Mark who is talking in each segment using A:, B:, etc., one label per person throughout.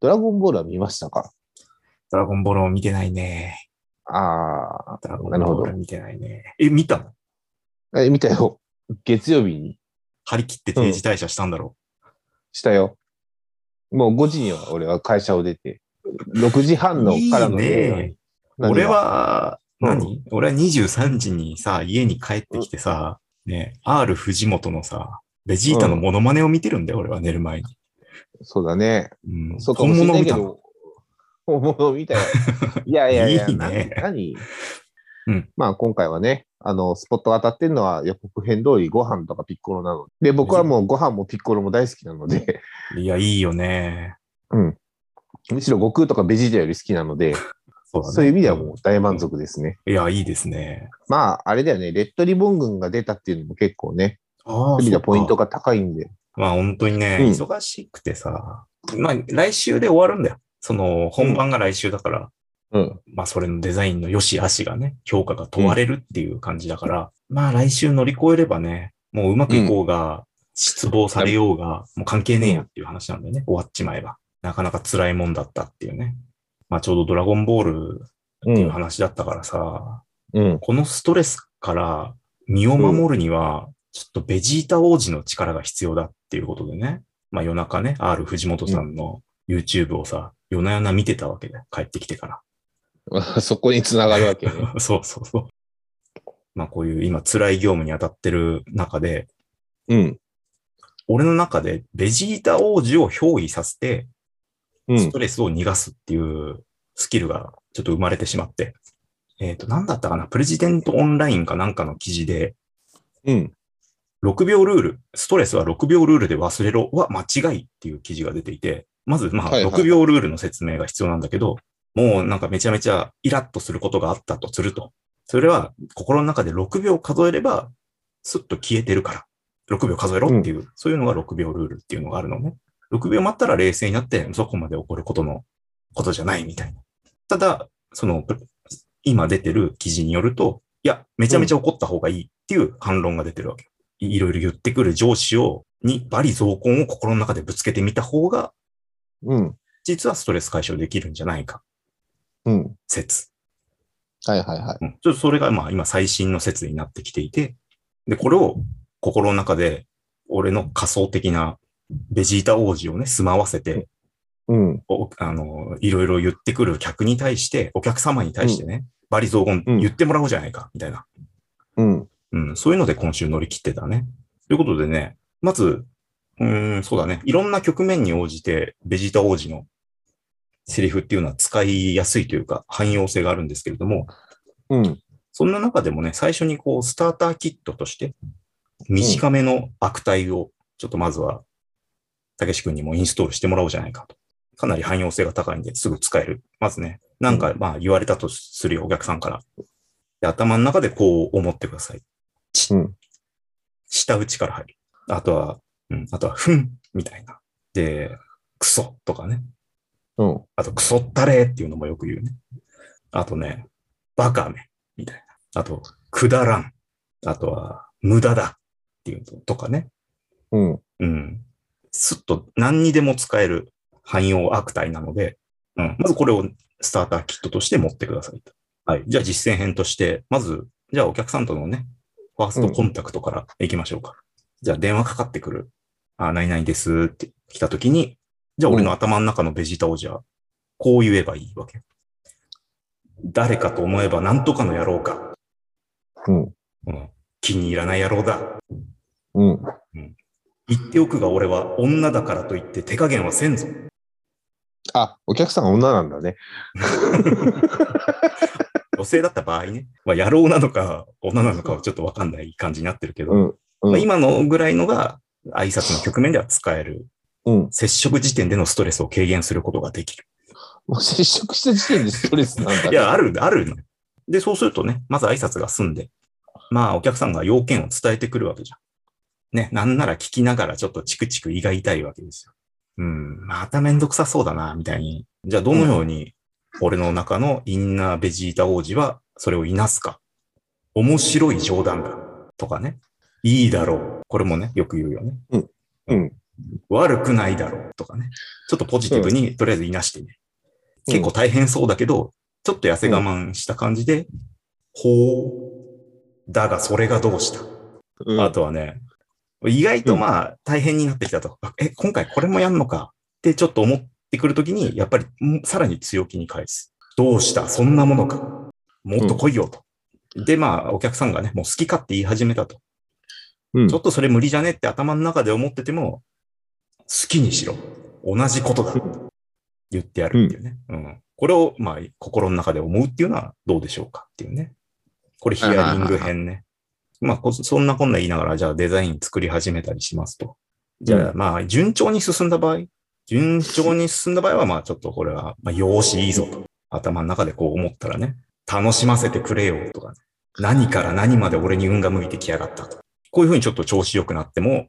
A: ドラゴンボールは見ましたか
B: ドラゴンボールも見てないね。
A: あ
B: ドラゴ
A: な
B: ン
A: るほど
B: ボール見てないね。え、見たの
A: あ。え、見たよ。月曜日に
B: 張り切って定時退社したんだろ
A: したよ。もう5時には俺は会社を出て、6時
B: う。
A: 半のからの
B: いいね。
A: 何が
B: 俺は、
A: うん
B: 何俺は23時にさ、家に帰ってきてさ、ね、R 藤本のさ、ベジータのモノマネを見てるんだよ、俺は寝る前に。
A: そうだね。
B: うん、
A: そうかもしれないけ
B: 本物を見
A: ど、本物みたいな。いやいやいや、
B: いいね
A: な何
B: うん
A: まあ今回はね、あの、スポットが当たってるのは予告編通りご飯とかピッコロなので。で、僕はもうご飯もピッコロも大好きなので、
B: たのいや、いいよね。
A: むしろ悟空とかベジータより好きなので、
B: そうだね
A: そういう意味ではもう大満足ですね。
B: いや、いいですね。
A: まあ、あれだよね、レッドリボン軍が出たっていうのも結構ね、
B: あ
A: そういう意味ではポイント
B: が。
A: が高いんで。
B: まあ、本当にね、
A: うん
B: 忙しくてさ、まあ、来週で終わるんだよ。その、本番が来週だから、
A: うん。
B: まあ、それのデザインの良し悪しがね、評価が問われるっていう感じだから、まあ、来週乗り越えればね、もううまくいこうが、失望されようが、もう関係ねえやっていう話なんだよね。終わっちまえば。なかなか辛いもんだったっていうね。まあ、ちょうどドラゴンボール
A: う。
B: っていうん話だったからさ、
A: うん。
B: このストレスから身を守るには、ちょっとベジータ王子の力が必要だっていうことでね。まあ夜中ね、R 藤本さんの YouTube をさ、夜な夜な見てたわけで、帰ってきてから。
A: そこにつながるわけね。
B: そうそうそう。まあこういう今辛い業務に当たってる中で、
A: うん。
B: 俺の中でベジータ王子を憑依させて、
A: う
B: ス
A: ん。
B: トレスを逃がすっていうスキルがちょっと生まれてしまって。えっ、と、なんだったかなプレジデントオンラインかなんかの記事で、
A: うん。
B: 6秒ルール、ストレスは6秒ルールで忘れろは間違いっていう記事が出ていて、まず、まあ、
A: はいはい
B: 6秒ルールの説明が必要なんだけど、もうなんかめちゃめちゃイラッとすることがあったとすると、それは心の中で6秒数えれば、スッと消えてるから、6秒数えろっていう、そういうのが6秒ルールっていうのがあるのね。6秒待ったら冷静になって、そこまで起こることの、ことじゃないみたいな。ただ、その、プ今出てる記事によると、いや、めちゃめちゃ怒った方がいいっていう反論が出てるわけ。いいろいろ言ってくる上司を、に、罵詈雑言を心の中でぶつけてみた方が、
A: うん。
B: 実はストレス解消できるんじゃないか、
A: うん。
B: 説。
A: はいはいはい。
B: うん、ちょっとそれが、まあ、今、最新の説になってきていて、で、これを心の中で、俺の仮想的なベジータ王子をね、住まわせて、
A: うん。
B: おあの、いろいろ言ってくる客に対して、お客様に対してね、罵詈雑言言ってもらおうじゃないか、みたいな。
A: うん。
B: うん、そういうので今週乗り切ってたね。ということでね、まず、うーん、そうだね。いろんな局面に応じて、ベジータ王子のセリフっていうのは使いやすいというか、汎用性があるんですけれども、
A: うん。
B: そんな中でもね、最初にこう、スターターキットとして、短めの悪態を、ちょっとまずは、たけし君にもインストールしてもらおうじゃないかと。かなり汎用性が高いんで、すぐ使える。まずね、なんか、まあ、言われたとするよ、お客さんから。で頭の中でこう思ってください。ち
A: うん
B: 下打ちから入る。あとは、うん、あとは、ふん、みたいな。で、クソとかね。
A: うん。
B: あと、クソったれっていうのもよく言うね。あとね、バカめ、みたいな。あと、くだらん。あとは、無駄だっていうのとかね。
A: うん。
B: うん。すっと何にでも使える汎用悪態なので、うん。まずこれをスターターキットとして持ってくださいと。はい。じゃあ実践編として、まず、じゃあお客さんとのね、ファーストコンタクトから行きましょうか。じゃあ電話かかってくる。あ、何々ですって来た時に、じゃあ俺の頭の中のベジータ王子は、こう言えばいいわけ。誰かと思えば何とかの野郎か。
A: うん。
B: うん。気に入らない野郎だ。
A: うん。
B: 言っておくが俺は女だからといって手加減はせんぞ。
A: あ、お客さんが女なんだね。
B: 女性だった場合ね、まあ、野郎なのか女なのかはちょっとわかんない感じになってるけど、
A: うん。う
B: まあ、
A: ん。
B: 今のぐらいのが挨拶の局面では使える。
A: うん。
B: 接触時点でのストレスを軽減することができる。
A: もう接触した時点でストレスなんだ、ね。
B: いや、ある、あるの。で、そうするとね、まず挨拶が済んで、まあお客さんが要件を伝えてくるわけじゃん。ね、なんなら聞きながらちょっとチクチク胃が痛いわけですよ。うん、まためんどくさそうだな、みたいに。じゃあどのように俺の中のインナーベジータ王子はそれをいなすか。面白い冗談だ。とかね。いいだろう。これもね、よく言うよね。
A: うん。
B: 悪くないだろうとかね。ちょっとポジティブにとりあえずいなしてね。
A: うん
B: 結構大変そうだけど、ちょっと痩せ我慢した感じで、ほう。だがそれがどうした、
A: うん
B: あとはね、意外とまあ大変になってきたと。あえ、今回これもやんのかってちょっと思ってくるときに、やっぱりんさらに強気に返す。どうしたそんなものか。もっと来いよと。で、まあ、お客さんがね、もう好きかって言い始めたと。
A: うん
B: ちょっとそれ無理じゃねって頭の中で思ってても、好きにしろ。同じことだ。言ってやるっていうね。うん。これを、まあ、心の中で思うっていうのはどうでしょうかっていうね。これヒアリング編ね。まあ、こそんなこんな言いながら、じゃあデザイン作り始めたりしますと。じゃあ、まあ、順調に進んだ場合、順調に進んだ場合は、まあ、ちょっとこれは、まあ、よーし、いいぞと。頭の中でこう思ったらね、楽しませてくれよとかね。何から何まで俺に運が向いてきやがったと。こういうふうにちょっと調子良くなっても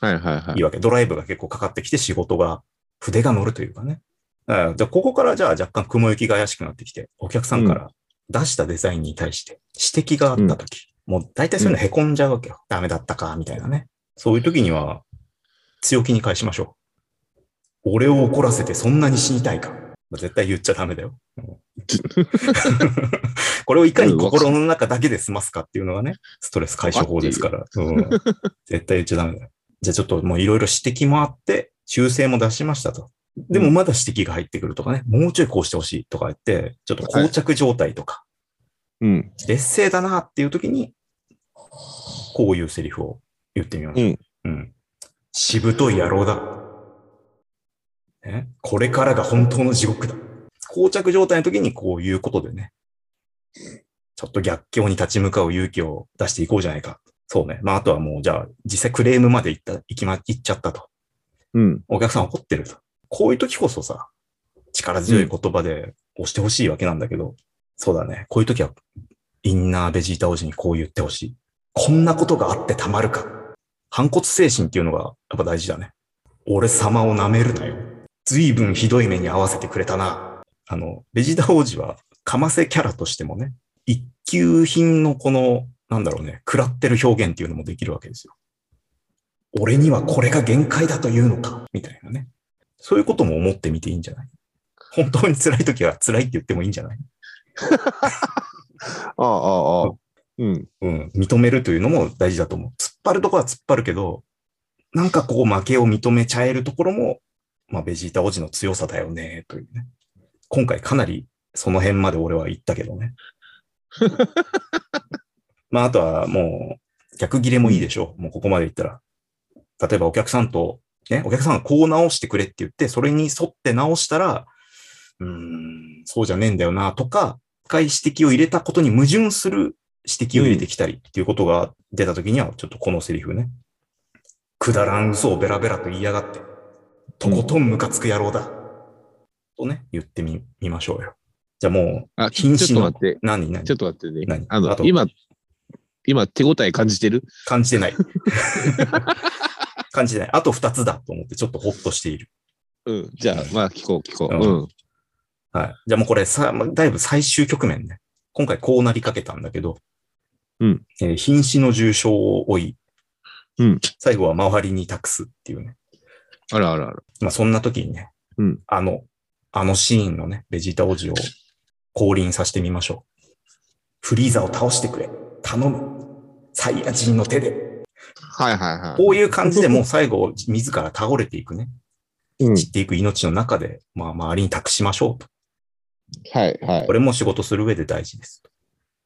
A: はいはいはい
B: い
A: い。
B: わけ。ドライブが結構かかってきて仕事が、筆が乗るというかね。あじゃあ、ここからじゃあ若干雲行きが怪しくなってきて、お客さんから出したデザインに対して指摘があったとき、もう大体そういうの凹んじゃうわけよ。ダメだったか、みたいなね。そういう時には、強気に返しましょう。俺を怒らせてそんなに死にたいか。まあ絶対言っちゃダメだよ。 うんこれをいかに心の中だけで済ますかっていうのがね、ストレス解消法ですから。うん絶対言っちゃダメだよじゃあちょっともういろいろ指摘もあって、修正も出しましたと。でもまだ指摘が入ってくるとかね、もうちょいこうしてほしいとか言って、ちょっと膠着状態とか、
A: うん。
B: 劣勢だなっていう時に、こういうセリフを言ってみましょう。うん。しぶとい野郎だ。ね、これからが本当の地獄だ。膠着状態の時にこういうことでね、ちょっと逆境に立ち向かう勇気を出していこうじゃないか。そうね。まあ、あとはもう、じゃあ、実際クレームまで行った、行きま、行っちゃったと。
A: うん。
B: お客さん怒ってると。こういう時こそさ、力強い言葉で押してほしいわけなんだけど、そうだね。こういう時は、インナーベジータ王子にこう言ってほしい。こんなことがあってたまるか。反骨精神っていうのがやっぱ大事だね。俺様を舐めるなよ。随分ひどい目に遭わせてくれたな。あの、ベジータ王子は、かませキャラとしてもね、一級品のこの、なんだろうね、食らってる表現っていうのもできるわけですよ。俺にはこれが限界だというのか、みたいなね。そういうことも思ってみていいんじゃない本当に辛い時は辛いって言ってもいいんじゃない
A: ああ、ああ。うん。
B: うん。認めるというのも大事だと思う。突っ張るとこは突っ張るけど、なんかこう負けを認めちゃえるところも、まあベジータ王子の強さだよね、というね。今回かなりその辺まで俺は言ったけどね。まああとはもう逆切れもいいでしょう。もうここまで言ったら。例えばお客さんと、ね、お客さんがこう直してくれって言って、それに沿って直したら、うーん、そうじゃねえんだよな、とか、深い指摘を入れたことに矛盾する指摘を入れてきたりっていうことが出たときには、ちょっとこのセリフね。くだらん嘘をベラベラと言いやがって、とことんムカつく野郎だ。とね、言ってみ、みましょうよ。じゃあもう
A: あ、、ちょ
B: 瀕
A: っ
B: 死
A: と
B: の
A: 待って。
B: 何何
A: ちょっと待ってね
B: 何。
A: あ
B: あ
A: の、
B: と
A: 今、今手応え感じてる
B: 感じ てない。 感じてない。あと二つだと思ってちょっとほっとしている。
A: うん。じゃあ、まあ聞こう聞こう。
B: うん
A: うん。
B: はい。じゃあもうこれさ、まあだいぶ最終局面ね。今回こうなりかけたんだけど、
A: うん。
B: えー瀕死の重傷を負い、
A: うん。
B: 最後は周りに託すっていうね。
A: あらあらあら。
B: まあそんな時にね、
A: うん
B: あの、あのシーンのね、ベジータ王子を降臨させてみましょう。フリーザを倒してくれ。頼む。サイヤ人の手で。
A: はいはいはい。
B: こういう感じでもう最後、自ら倒れていくね。
A: うん。
B: 散っていく命の中で、まあ、周りに託しましょうと。
A: はいはい
B: こ。れも仕事する上で大事ですと。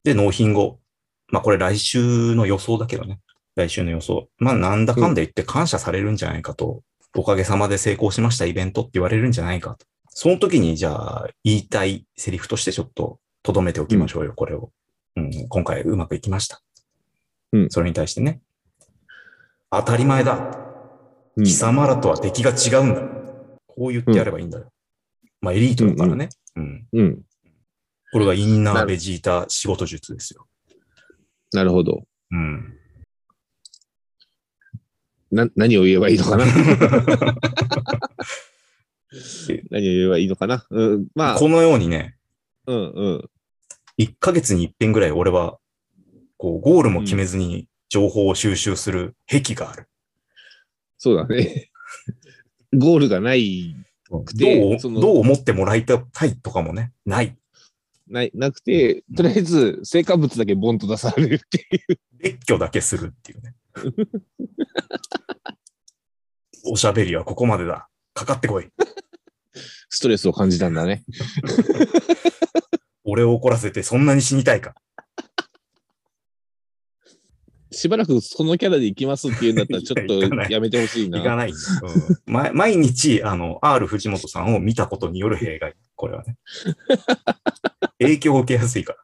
B: で、納品後。まあ、これ来週の予想だけどね。来週の予想。まあ、なんだかんだ言って感謝されるんじゃないかと。おかげさまで成功しましたイベントって言われるんじゃないかと。その時に、じゃあ、言いたいセリフとしてちょっと留めておきましょうよ、これを。うん、今回うまくいきました。
A: うん
B: それに対してね。当たり前だ。
A: うん
B: 貴様らとは敵が違うんだ。こう言ってやればいいんだよ。まあ、エリートだからね。うん。
A: うん。
B: これがインナ
A: な
B: ー
A: る
B: ベジータ仕事術ですよ。
A: なるほど。
B: うん。
A: な、何を言えばいいのか な何を言えばいいのかなうん。まあ、
B: このようにね、
A: うんうん。
B: 1ヶ月に一遍ぐらい俺は、こう、ゴールも決めずに情報を収集する癖がある。
A: そうだね。 ゴールがない、
B: どう
A: でその
B: どう思ってもらいたいとかもね、ない。
A: ない、なくて、とりあえず、成果物だけボンと出されるっていう。
B: 列挙だけするっていうね。おしゃべりはここまでだ。かかってこい。
A: ストレスを感じたんだね。
B: 俺を怒らせてそんなに死にたいか。
A: しばらくそのキャラで行きますっていうんだったら、ちょっ
B: いや行かな
A: と
B: い
A: やめてほしい
B: いか
A: な。
B: ないんだ、うん ま毎日、あの、R 藤本さんを見たことによる弊害。これはね。影響を受けやすいから。